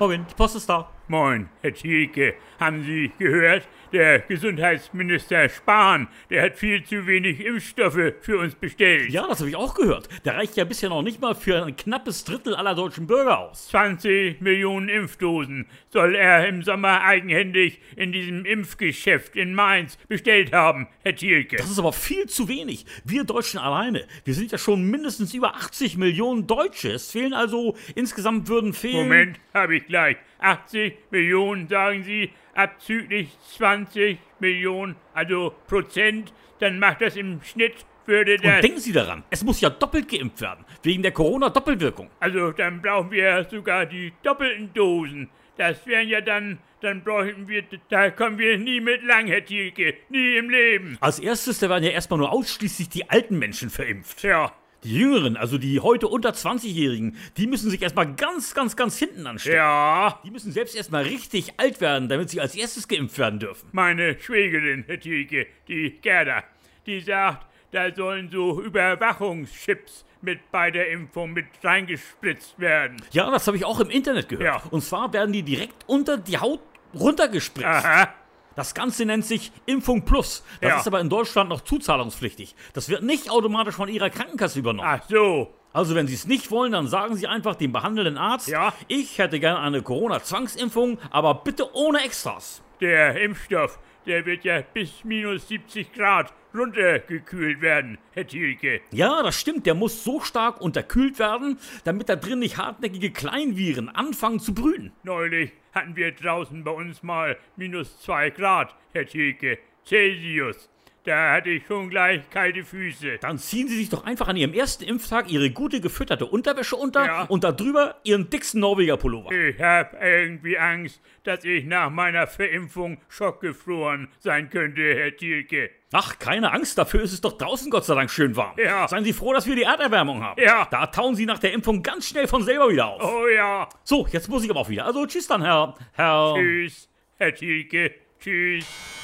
Robin, die Post ist da. Moin, Herr Thielke, haben Sie gehört? Der Gesundheitsminister Spahn, der hat viel zu wenig Impfstoffe für uns bestellt. Ja, das habe ich auch gehört. Da reicht ja bisher noch nicht mal für ein knappes Drittel aller deutschen Bürger aus. 20 Millionen Impfdosen soll er im Sommer eigenhändig in diesem Impfgeschäft in Mainz bestellt haben, Herr Thielke. Das ist aber viel zu wenig. Wir Deutschen alleine. Wir sind ja schon mindestens über 80 Millionen Deutsche. Es fehlen also, insgesamt würden fehlen. Moment, habe ich gleich. 80 Millionen, sagen Sie, abzüglich 20 Millionen, also Prozent, dann macht das im Schnitt, würde Und das... denken Sie daran, es muss ja doppelt geimpft werden. Wegen der Corona-Doppelwirkung. Also dann brauchen wir sogar die doppelten Dosen. Das wären ja dann, dann bräuchten wir, da kommen wir nie mit lang, Herr Thielke, nie im Leben. Als erstes, da werden ja erstmal nur ausschließlich die alten Menschen verimpft. Tja, Die Jüngeren, also die heute unter 20-Jährigen, die müssen sich erstmal ganz, ganz, ganz hinten anstellen. ja, Die müssen selbst erstmal richtig alt werden, damit sie als erstes geimpft werden dürfen. meine Schwägerin, Herr Thielke, die Gerda, die sagt, da sollen so Überwachungschips mit bei der Impfung mit reingespritzt werden. Ja, das habe ich auch im Internet gehört. Ja. Und zwar werden die direkt unter die Haut runtergespritzt. Aha, Das Ganze nennt sich Impfung Plus. Das Ja. ist aber in Deutschland noch zuzahlungspflichtig. Das wird nicht automatisch von ihrer Krankenkasse übernommen. ach so, Also, wenn Sie es nicht wollen, dann sagen Sie einfach dem behandelnden Arzt, Ja. ich hätte gerne eine Corona-Zwangsimpfung, aber bitte ohne Extras. der Impfstoff, der wird ja bis minus 70 Grad runtergekühlt werden, Herr Thielke. Ja, das stimmt, der muss so stark unterkühlt werden, damit da drin nicht hartnäckige Kleinviren anfangen zu brühen. Neulich hatten wir draußen bei uns mal minus 2 Grad, Herr Thielke, Celsius. Da hatte ich schon gleich kalte Füße. Dann ziehen Sie sich doch einfach an Ihrem ersten Impftag Ihre gute gefütterte Unterwäsche unter Ja. und darüber Ihren dicksten Norweger-Pullover. Ich hab irgendwie Angst, dass ich nach meiner Verimpfung schockgefroren sein könnte, Herr Thielke. Ach, keine Angst, dafür ist es doch draußen Gott sei Dank schön warm. Ja. Seien Sie froh, dass wir die Erderwärmung haben. Ja. Da tauen Sie nach der Impfung ganz schnell von selber wieder auf. Oh ja, So, jetzt muss ich aber auch wieder. Also tschüss dann, Herr. Herr. tschüss, Herr Thielke, tschüss.